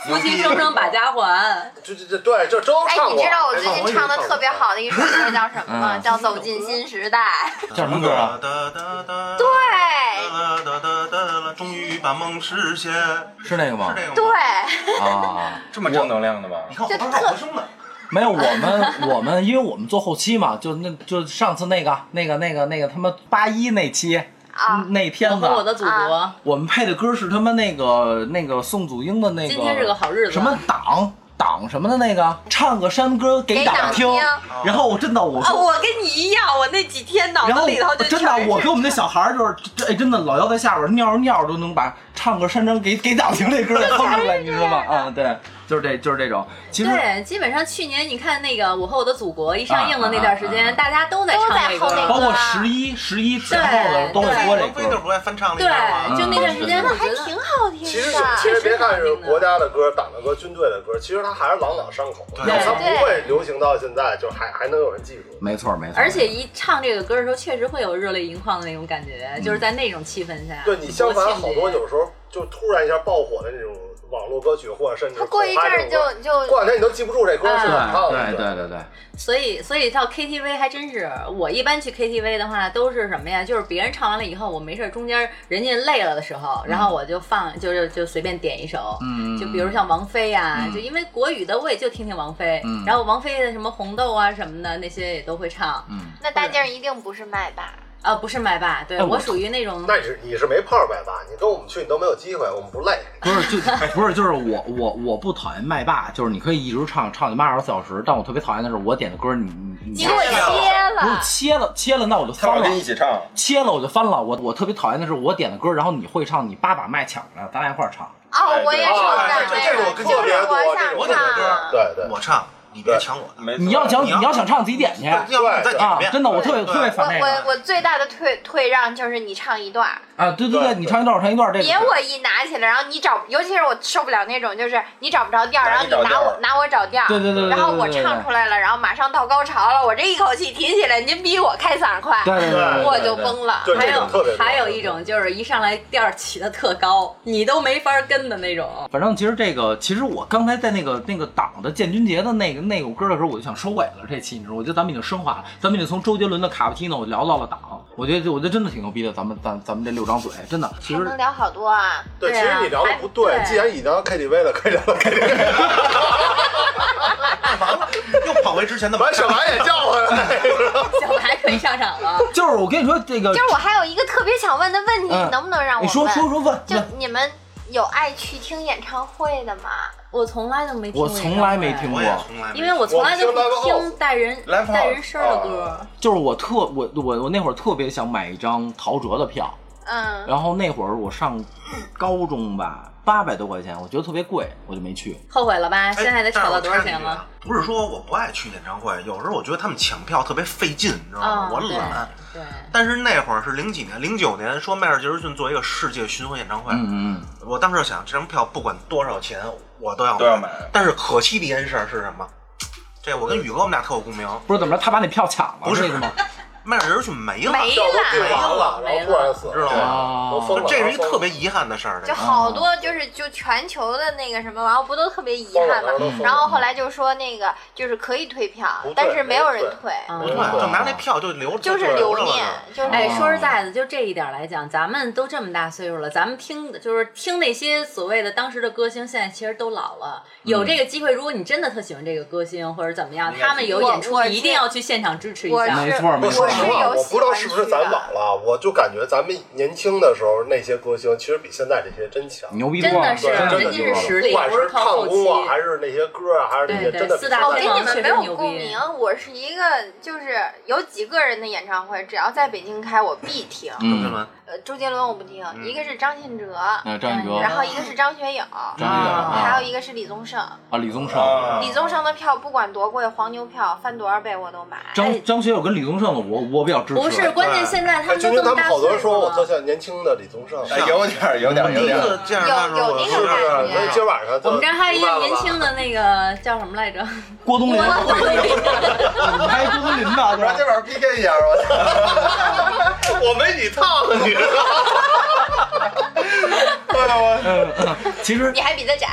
夫妻双双把家还，
这这这对，这都
哎
唱，过。
你知道我最
哎
近唱的特别。好的一首歌叫什么吗？
嗯
叫《走进新时代》。 <laughs>
叫什么歌啊？
哒哒哒。
对
哒哒哒哒哒，终于把梦实现，是
是那个吗？
这个吗？
对，
啊，
这么正能量的吗？
你看我都是好生的，
没有，我们我们因为我们做后期嘛，就那就上次那个那个那个那个他妈八一那期
啊
那
我
片子
和，我的祖国
啊，
我们配的歌是他妈那个那个宋祖英的那个，
今天是个好日子
什么党党什么的那个，唱个山歌给
给
党
党听
然后我真的我
啊，
说。
我跟你一样，我那几天脑
然后
子里头
我
就
真
全
的，
是
我跟我们那小孩儿就是，这哎，真的老姚在下边儿尿着尿着都能把唱个山歌给给党听这歌儿给哼出来，你知道吗？啊，对，就是这就是这种。其实
对，基本上去年你看那个《我和我的祖国》一上映的那段时
啊啊
间，
啊
大家都在
都
唱
在
这
哼那
歌
个。
包括十一十一前后的都会播这
王菲那
歌。
不还翻唱了一啊
对
下吗？，
就那段时间，
嗯
我
还
觉得
挺好听
其实其
啊的。
实别看是国家的歌、党的歌、军队的歌，其实它还是朗朗上口。
对
它不会流行到现在，就还还能有人记住。
没错没错，
而且一唱这个歌的时候，确实会有热泪盈眶的那种感觉，就是在那种气氛下。
对你相反，好多
多情节
有时候就突然一下爆火的那种网络歌曲，或者甚至
他过一阵
口嗨
儿
这种歌
就就
过两天你都记不住这歌是怎么唱的。
嗯对对对对，
所以，所以到 KTV 还真是，我一般去 KTV 的话都是什么呀？就是别人唱完了以后，我没事儿中间人家累了的时候，然后我就放，就是就随便点一首，
嗯，
就比如像王菲呀、
嗯
就因为国语的我也就听听王菲，
嗯
然后王菲的什么红豆啊什么的那些也都会唱。
嗯，
那大静儿一定不是麦霸，
啊，不是麦霸，对、
哎我
我属于那种
那你是你是没泡麦吧？你跟我们去你都没有机会，我们不累。
不是就哎不是就是我我我不讨厌麦霸，就是你可以一直唱唱你妈二十四小时，但我特别讨厌的是我点的歌你你你
你给
不
我切
是
了，
切了切了那我就
他
翻
老
了
跟。你一起唱，
切了我就翻了，我我特别讨厌的是我点的歌，然后你会唱，你叭把麦抢着，咱俩一块儿唱。
哦，我也是
哦
在
这
那
这
个，
我跟
就
你
是
说
我
我
想
点的
唱
歌，
对对，
我唱，你别抢我的。
没错
你要想
你
你
要
要想唱自己点去
要不然你再点一
啊
遍！
真的，我特别
对
特别
我
烦那
我
个
我最大的退退让就是你唱一段儿，
啊！对对对，
对
你唱一段我唱一段，这个
别我一拿起来，然后你找，尤其是我受不了那种，就是你找不着调儿，然后
拿你找
你拿
调儿
我拿我找调儿，
对对对对对对对对
然后我唱出来了，然后马上到高潮了，我这一口气提起来，您比我开嗓快，
对对对对对，
我就崩了。
<laughs>
对
还
这
有
种特别多
还有一种就是一上来调儿起的特高，你都没法跟的那种。 <laughs>
反正其实这个，其实我刚才在那个那个党的建军节的那个那首歌的时候，我就想收尾了这期，你知道吗，我觉得咱们已经升华了，咱们已经从周杰伦的卡布奇诺聊到了党，我觉得我觉得真的挺牛逼的，咱们咱咱们这六张嘴真的，其
还 <laughs> 能
实
聊好多啊！
对，
对
其
啊
实你聊的不对
还，
既然已经到 KTV 了，可以聊到 KTV。
完了，
<laughs>
又跑回之前的
把小白也叫回来。 <laughs>
小白可以上场了，
就是我跟你说这个
就，是我还有一个特别想问的问题，
嗯
能不能让我
你说
问？
说说问
就
问，
你们有爱去听演唱会的吗？
我从来都没听
我
过
从来没
演唱会
听
我
过
也，从来没
因为我从来就不
我们
听带人
Live house，
带人声儿的
啊
歌，
就是我特我我我那会儿特别想买一张陶喆的票，
嗯，
然后那会儿我上高中吧，八百多块钱，我觉得特别贵，我就没去。
后悔了吧？
哎
现在得炒到多少钱了？？
但是我插一句啊不是说我不爱去演唱会，有时候我觉得他们抢票特别费劲，你知道
嗯
吗？
啊
我懒。
对，
但是那会儿是零几年、零九年，说迈尔杰克逊做一个世界巡回演唱会，
嗯嗯
我当时就想，这张票不管多少钱，我都要
都要买
但是可惜的一件事是什么？这我跟宇哥我们俩特有共鸣。
嗯，不是怎么着，他把那票抢了，
不是
那
<laughs>
个吗？
迈尔杰克逊没了，
没
叫都
了，
病完了，然后突然死
知道
了，
吗？
啊
都疯了。
这是一特别遗憾的事儿。这
就
个
好多就是就全球的那个什么玩意儿，不都特别遗憾吗？
嗯
然后后来就说那个就是可以退票
不退，
但是没有人退，
啊
嗯
不对，就拿那票就留着，
就是留
留着
念
吧。，
就是
哎，说实在的，就这一点来讲，咱们都这么大岁数了，咱们听就是听那些所谓的当时的歌星，现在其实都老了。有这个机会，如果你真的特喜欢这个歌星或者怎么样，他们有演出，
我我
一定要去现场支持一
我
下
没
是
错没
不，
错
说实话，
我是有
我
喜
不知道是不是咱
欢去的
老了，我就感觉咱们年轻的时候那些歌星，其实比现在这些真强。
牛逼啊
真
多了，
的是，
对真的
人家是实
不
力，
管
不是靠
唱
后期
功。啊，还是那些歌啊，还是那
对
些
对
真的比
四大
我
现在
天王
跟你
强。
们没有共
确实
鸣
牛，
我是一个就是有几个人的演唱会，只要在北京开我必听。
同志
嗯，
们，
呃，周杰伦我不听，
嗯
一个是张信哲，
那张宇哥，啊
然后一个是张学友，
张宇哥
还
啊
有一个是李宗盛。
啊，李宗
啊
盛，
李宗盛的票不管多贵，黄牛票翻多少倍我都买。
张张学友跟李宗盛的，我我比较支持。
不是，关键现在他
哎，
们
就
都这
跟
么
他们
大
好多
岁
人
数
说我特
了，
像年轻的李宗盛，
哎有点儿，有点儿，有
第一
点
个
儿。
见着他的时候，
有
我
有
就是
那
是不
种
是
感觉？啊
所以今晚上
我们这儿还有一个年
的。
轻的那个叫什么来着？
郭冬临，
郭冬临。
你 <laughs> 还郭冬临呢？
不然今晚上 PK 一下，我 <laughs> 操！
我没你烫，你知道吗？
其实
你还比他窄，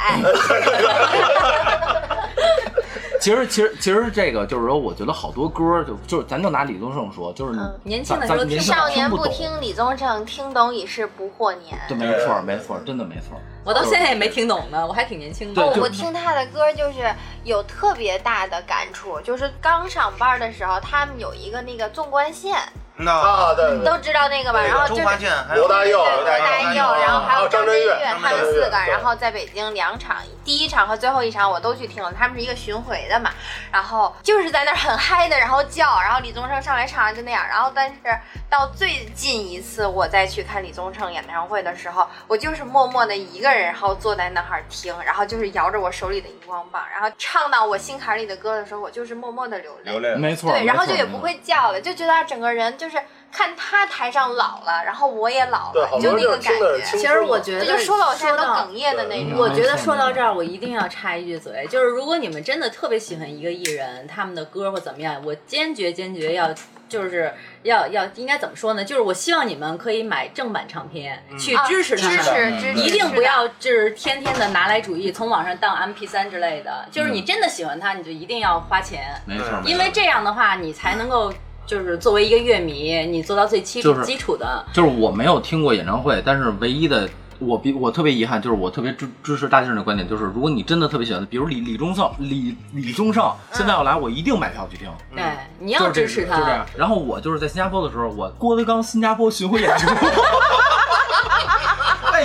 其实其实其实这个就是说，我觉得好多歌就就是咱就拿李宗盛说，就是
嗯
你
年轻的
咱
时候
咱年轻的
少年
不
不
懂
听李宗盛，听懂已是不惑年。
对，没错没错，真的没错。
我到现在也没听懂呢，我还挺年轻的。
对
哦
就，
我听他的歌就是有特别大的感触，就是刚上班的时候，他们有一个那个纵贯线，
那
啊，对对
都知道那个吧？然后
周
就是
华健还有
罗大佑，
哎
啊
对
大
大佑，然后还有哦张震岳，他们四个，
对
然后在北京两场，第一场和最后一场我都去听了，他们是一个巡回的嘛，然后就是在那儿很嗨的，然后叫，然后李宗盛上来唱就那样，然后但是到最近一次我再去看李宗盛演唱会的时候，我就是默默的一个人，然后坐在那儿听，然后就是摇着我手里的荧光棒，然后唱到我心坎里的歌的时候，我就是默默的流泪
流，泪了，
没错，
对，然后
没
就
错
也不会叫了，就觉得整个人就是看他台上老了，然后我也老
对，
了
好，
就
多
那
就
个
是
感
听的是
觉。
青
其实
春
我
嘛
觉
这
得
就说到我现在都
到
哽咽的那
嗯
种。
我觉得说到这儿，我一定要插一句嘴，就是如果你们真的特别喜欢一个艺人，他们的歌或怎么样，我坚决坚决要。就是要要应该怎么说呢？就是我希望你们可以买正版唱片、
嗯
去
啊
支持他们，
支持支持，
一定
是
不
的
要就是天天的拿来主义，从网上当 MP 3之类的。
嗯
就是你真的喜欢他，你就一定要花钱，
没错，
因为这样的话，你才能够就是作为一个乐迷，你做到最基
就是
基础的。
就是我没有听过演唱会，但是唯一的我比我特别遗憾，就是我特别支支持大劲儿的观点，就是如果你真的特别喜欢，比如李李宗盛、李李宗盛，现在要来，我一定买票去听。
对，你
就
嗯要
是这
支持
嗯就这
他
样。。然后我就是在新加坡的时候，我郭德纲新加坡巡回演出。
<laughs>
哎，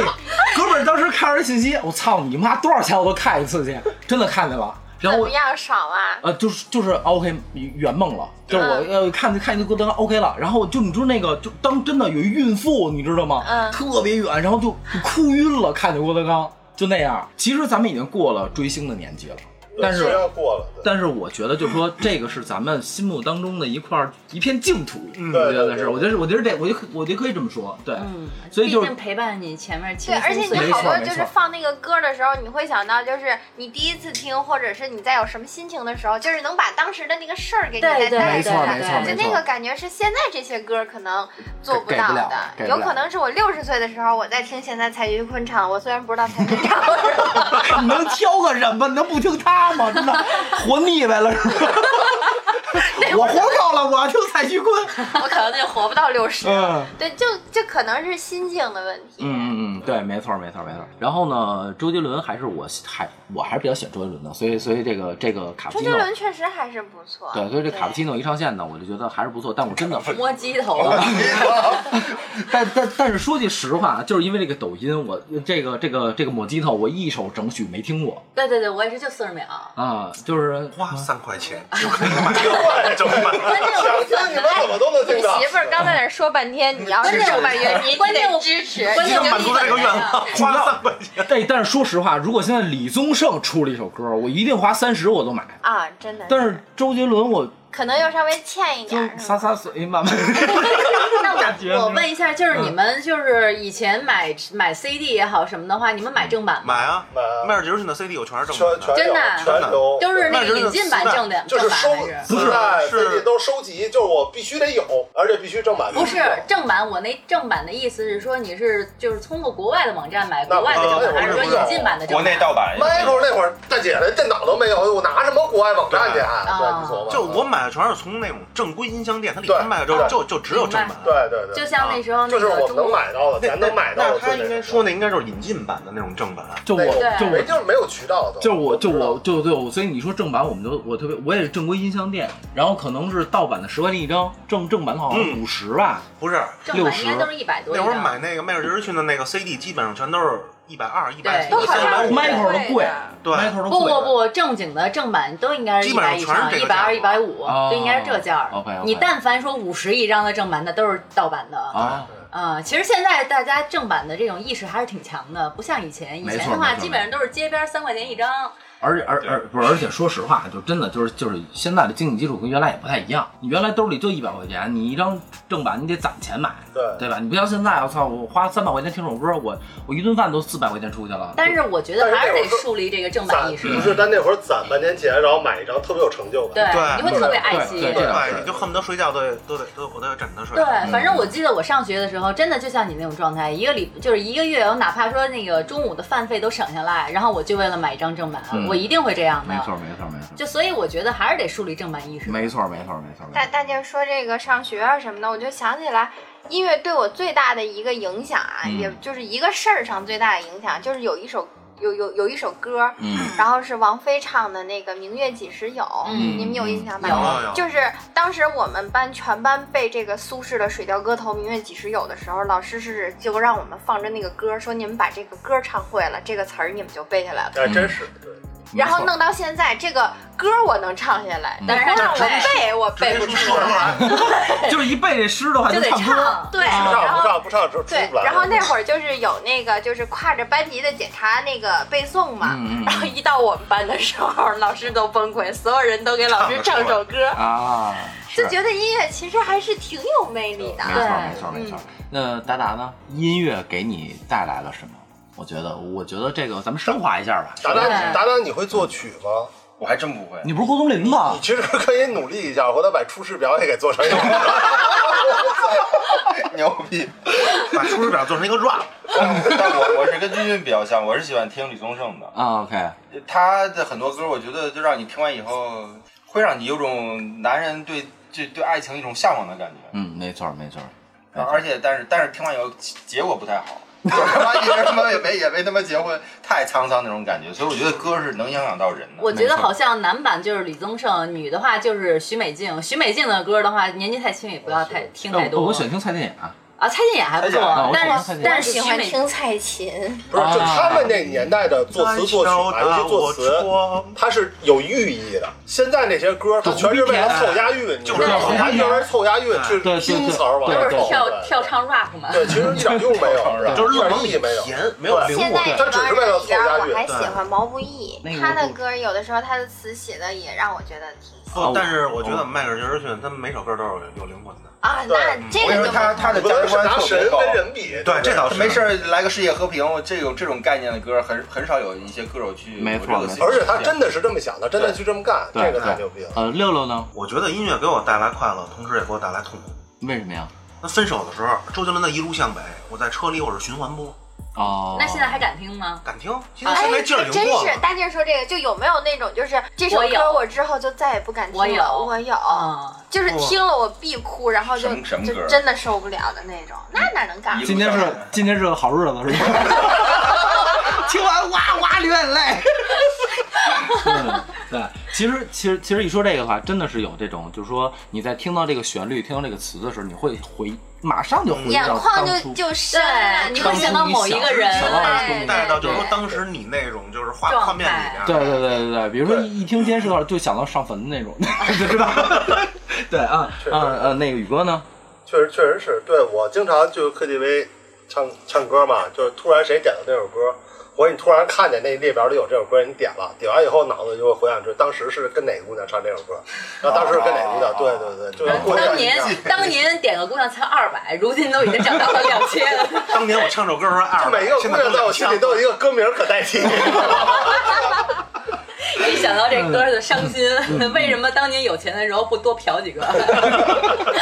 哥们儿，当时看着信息，我操你妈，多少钱我都看一次去，真的看见了。然后
怎
我
么样爽啊？
呃，就是就是 OK 圆梦了，就是
嗯
我呃看看一个灯 OK 了，然后就你知道那个就当真的有一孕妇，你知道吗？
嗯
特别远，然后就就哭晕了，看见郭德纲就那样。其实咱们已经过了追星的年纪了，
对
但
其实
是
要过了，对
但是我觉得就是说这个是咱们心目当中的一块儿一片净土，我觉
对对
得是，
对
我觉得是我觉得这我就可我觉得可以这么说，对，
嗯，
所以就是
毕竟陪伴你前面青
对，
春
而且
岁
你
月
好多
没错
就
没
是
错
放那个歌的时候，你会想到就是你第一次听，或者是你在有什么心情的时候，就是能把当时的那个事儿给你
对
再
对
带
没
出
错
来
没。错
就
没错
那个感觉是现在这些歌可能做
给给
到
不了给
的，
不
有
了
可能是我六十岁的时候，我在听现在蔡徐坤唱，我虽然不知道蔡徐坤唱过 <laughs> 什么，
你能挑个人吗？你能不听他吗？真的活腻歪了是
<laughs>
吧？我活够了，我要听蔡徐坤。
我可能就活不到六十。
嗯
对，就就可能是心境的问题。
嗯嗯嗯，对，没错没错没错。然后呢，周杰伦还是我还我还是比较喜欢周杰伦的，所以所以这个这个卡布
周
奇
杰
诺，
伦确实还是不错。
对，所以这卡布奇诺一上线呢，我就觉得还是不错。但我真的
摸鸡头，
<laughs> 但但但是说句实话，啊就是因为这个抖音，我这个这个这个抹鸡头，我一首整曲没听过
对对对，我也是就四
<laughs>
十秒。
啊，就是
花三块
<laughs>
钱就可以买 <laughs> 到这么
关键我
听你们怎么都能听到
哎你。媳妇儿刚在那儿说半天，你要是
关键
正版乐迷，
关
你
键
得
我
支持，
关键
你 <laughs> 就
满足他这个愿望，花三块钱。
但但是说实话，如果现在李宗盛出了一首歌，我一定花三十我都买。
啊，真的。
但是周杰伦我
可能又稍微欠一
就
点儿，是
洒洒
吧
水慢慢。
那
感觉
我我问一下，就是你们就是以前买买 CD 也好什么的话，你们
嗯
买正版吗？
买啊，
买啊
迈尔杰克逊的 CD 我全是正
全
版的。
全
真
有
的
全有，
都是那个引进版
那就是
正的，
就
正
是
版
收
还是？
不是
磁带
是
CD 都收集，就是我必须得有，而且必须正版的。
不是正版，我那正版的意思是说你是就是通过国外的网站买
那呃
国外的正版，还是说引进版的正
国
版？
内盗版。
Michael 那会儿大姐的电脑都没有，我拿什么国外网站去啊？
对
对，你琢磨。
就我买的全是从那种正规音箱店，它里
对
面卖的
对
就就就只有正版。
对对对，
就像那时候那
啊就是
个
我
中
们能
国
买到的，咱能买到
那
的。
他应该说那应该就是引进版的那种正
<laughs>
版。啊
就我
那个
就
没
我
就是没有渠道的，
就我就我就对我，所以你说正版，我们都我特别，我也是正规音像店，然后可能是盗版的十块钱一张，正正版的好像
嗯
五十吧，
不是，
正版应该都是一百多一
那
张。
会儿买那个迈尔杰克逊的那个 CD，基本上全都是一百二、一百
对
现在买
都好
五
，Michael
像
都贵
对
，Michael 都
不
贵。
不不，正经的正版都应该是
基
一
本
百
上
以
全是
上，
这
一
个
百
价
二、
格
一百五
哦
就应该是这价儿。
OK，OK
你但凡说五十一张的正版的，都是盗版的。
啊，
啊、其实现在大家正版的这种意识还是挺强的，不像以前。以
没错
前的话，
没错
基本上都是街边三块钱一张。
而且而而不是，而且说实话，就真的就是就是现在的经济基础跟原来也不太一样。你原来兜里就一百块钱，你一张正版你得攒钱买，
对
对吧？你不像现在，我操，我花三百块钱听首歌，我我一顿饭都四百块钱出去了。
但是我觉得还是得树立这个正版
攒
意识。
不是，但那会儿攒半年钱，然后买一张特别有成就
对
感。，
对
你会特别爱惜。
对对
对，你就恨不得睡觉都得都得都我都得枕着睡。
对，反
嗯
正我记得我上学的时候，真的就像你那种状态，一个礼就是一个月，我哪怕说那个中午的饭费都省下来，然后我就为了买一张正版，
嗯
我一定会这样的。
没错，没错没错
就所以我觉得还是得树立正版意识。
没错没错没错没
大
错。
大家说这个上学啊什么的，我就想起来，音乐对我最大的一个影响啊，
嗯
也就是一个事儿上最大的影响，就是有一首有有有一首歌，
嗯
然后是王菲唱的那个《明月几时有》，
嗯
你们有印象吧？
有
啊有有
就是当时我们班全班背这个苏轼的《水调歌头·明月几时有》的时候，老师是就让我们放着那个歌，说你们把这个歌唱会了，这个词儿你们就背下来了。
哎，真是，对
然
没
后
错
弄到现在，这个歌我能唱下来，但是
嗯
让我背，我背不出来。
就是一背这诗的话
就得
唱不出来
唱，
对，
不
然
唱不
后
唱不唱出出
对
不，来。
然后那会儿就是有那个就是挎着班级的检查那个背诵嘛，
嗯嗯嗯
然后一到我们班的时候，老师都崩溃，所有人都给老师唱首歌，
啊，
就觉得音乐其实还是挺有魅力
没
的。
错
对嗯
没错没错。
那达达呢？音乐给你带来了什么？我觉得，我觉得这个咱们升华一下吧。
达达
对
达达，你会作曲吗？
我还真不会。
你不是郭冬临吗
你？其实可以努力一下，回头把出师表也给做成一个。
牛逼！
把出师表做成一个 rap，
<laughs> 但我我是跟君君比较像，我是喜欢听李宗盛的，
啊，OK，
他的很多歌，我觉得就让你听完以后，会让你有种男人对对对爱情一种向往的感觉。
嗯，没错没错。
啊而且但是但是听完以后结结果不太好，
我他妈一直他妈也没也没他妈结婚，
太沧桑那种感觉，所以我觉得歌是能影响到人的。嗯
我觉
没
得
错
好像男版就是李宗盛，女的话就是许美静。许美静的歌的话，年纪太轻也不要太听太
那我
多
我喜欢听蔡健雅，
啊。蔡健雅还不
蔡健雅
啊
错，
我喜欢
但
蔡健雅
是但
我
是
喜
许
欢
美
听
<laughs>
蔡琴，
<laughs> 不是，就他们那年代的作词 <laughs> 作曲啊，尤其作词，
哎我
它是有寓意的。现在那些歌，它全是为了凑押韵，
啊就是啊
你知道吗
对
它就是凑押韵，去
对对
拼词儿往
对
上
对
不是
凑。
跳
对
跳。唱 rap 嘛？
对，其实一点用没有，
就是
一
愣往
点意
里
义没有。
填，没有灵
现在
魂。
他只是为了凑
里边
押韵
我还喜欢毛不易
那，个
他
我
的
不
歌有的时候他的词写的也让我觉得挺喜
不，但是我觉得迈克尔·杰克逊他们每首歌都是有有灵魂的。
啊，
对
那这
我以
个
为
就
他他的
你不
价
能
值
是
观
拿
特别
神
高。
跟人比，
对，这倒是
没事。儿来个世界和平，这种这种概念的歌很很少有一些歌手去
没
有
错
这个
没错
而且他真的是这么想的，真的去这么干，
对
这个太牛逼了。
呃，六六呢？
我觉得音乐给我带来快乐，同时也给我带来痛苦。
为什么呀？
那分手的时候，周杰伦的《一路向北》，我在车里我是循环播，
哦，
<laughs> 那现在还敢听吗？
敢听。现在
哎，
现在劲儿已经
真
过
是
了。
大静说这个，就有没有那种就是这首
我有
歌我之后就再也不敢听了？
我有
我
哦
有，
啊，
就是听了我必哭，然后就
什么什么歌
就真的受不了的那种，那哪能干？
今天是今天是个好日子，是 <laughs> 吧？听完哇哇流眼泪。 <laughs> 嗯对，其实其实其实一说这个的话，真的是有这种，就是说你在听到这个旋律、听到这个词的时候，你会回，马上就回
眼
到当
眶就
初。
就深啊了，
对，你会想到某一个人哎
当初你想，
对
带带到就是说
对
当时你那种就是画
状态
画面里边，
对对对对对，比如说一一听监视的话，就想到上坟的那
<laughs>
种， <laughs> 知道吧？对啊
确实
啊呃，那个宇哥呢？
确实确实是对我经常就 KTV 唱唱歌嘛，就是突然谁点了那首歌，或者你突然看见那列表里有这首歌，你点了，点完以后脑子就会回想出当时是跟哪个姑娘唱这首歌，然后当时是跟哪个姑
哦
娘，对对对，就跟过
当
年一
年
样。
当年点个姑娘才二百，如今都已经涨到了两
<laughs>
千。
当年我唱首歌的时候二
就
百，
每个姑
现在
娘在我心里都有一个歌名可代替，
一想到这歌就伤心，为什么当年有钱的时候不多嫖几个？ <laughs>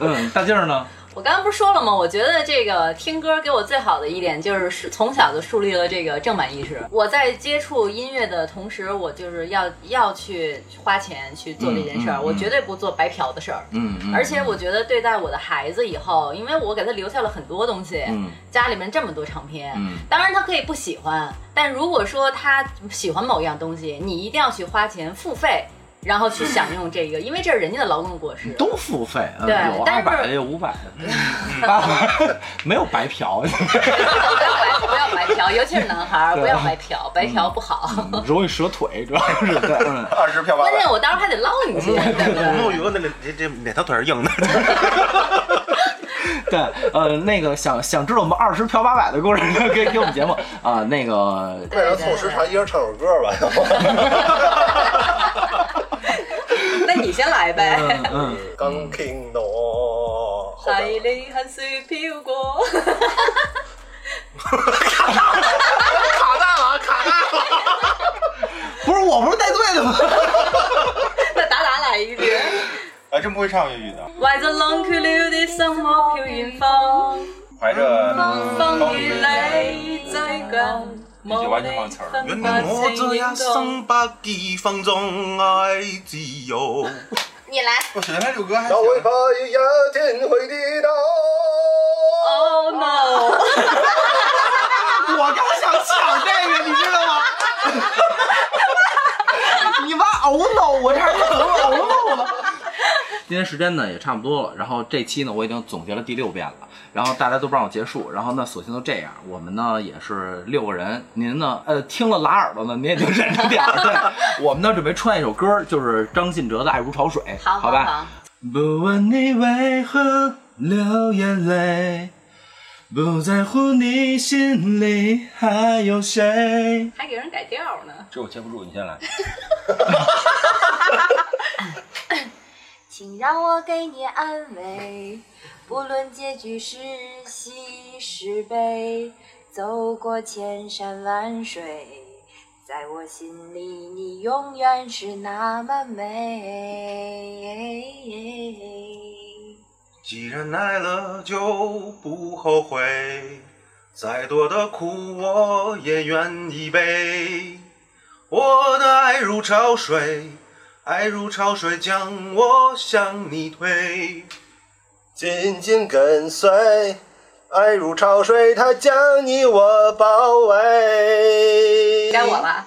嗯，大静儿呢？
我刚刚不是说了吗？我觉得这个听歌给我最好的一点就是是从小就树立了这个正版意识。我在接触音乐的同时，我就是要要去花钱去做这件事儿，
嗯嗯嗯
我绝对不做白嫖的事儿。
嗯嗯，
而且我觉得对待我的孩子以后，因为我给他留下了很多东西，
嗯
家里面这么多唱片，
嗯
当然他可以不喜欢，但如果说他喜欢某样东西，你一定要去花钱付费，然后去享用这个，
嗯
因为这是人家的劳动果实。
都付费，嗯
对
有
但
二
是
百的，有五百
<laughs>
的，八百的没有白嫖。 <laughs>
不要白不要白嫖，尤其是男孩儿，
对嗯
不要白嫖，白嫖不好。
容易折腿，主要是对，嗯
二十票八
关键
百。
我到时候还得捞你
<laughs>
去。
我们有宇哥那这这哪条腿是硬的？
对，呃，那个想想知道我们二十嫖八百的故事， <laughs> 可以听我们节目啊、那个
为了凑时长，一人唱首歌吧。
那你先来呗。
嗯，
刚听到后
在
边
你汗水飘过， <laughs>
卡大了，卡大了。
不是我不是带队的吗？
那达达来一句。
嗯
还哎真不会唱粤语的，
怀着冷卻了的心，我漂遠方，
怀着
風與你擠近，
你
無
完
你
全忘詞兒
原
分
諒
不
我
清
這一
應當。
生不羈放縱愛自由。
你来，
我原来六哥还
让我
行
把有一天会地道。
Oh no！
<laughs> 我刚想抢这个，你知道吗？ <laughs> 你妈呕脑，我这儿可能呕脑了。今天时间呢也差不多了，然后这期呢我已经总结了第六遍了，然后大家都不让我结束，然后呢索性就这样，我们呢也是六个人，您呢呃听了拉耳朵呢您也就忍着点儿，对，我们呢准备串一首歌，就是张信哲的《爱如潮水》，
好
好
好
吧，
好，
不问你为何流眼泪，不在乎你心里还有谁。
还给人改调呢。
这我接不住，你先来。
请让我给你安慰，不论结局是喜是悲，走过千山万水。在我心里，你永远是那么美。
既然爱了就不后悔，再多的苦我也愿意背。我的爱如潮水，爱如潮水将我向你推。
紧紧跟随，爱如潮水，它将你我包围。
该我了。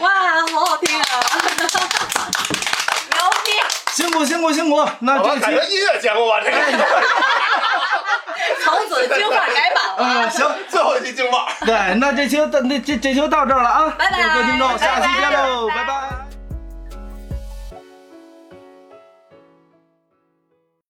哇，好好听啊！
牛逼！
辛苦辛苦辛苦！那这
我感觉
期
音乐节目吧，这个
啊从此军法改版了，
啊行，
最后一期京晚。
对，那这期就到那这这期就到这儿了啊！
拜拜
各位听众，下期见喽，
拜拜
拜拜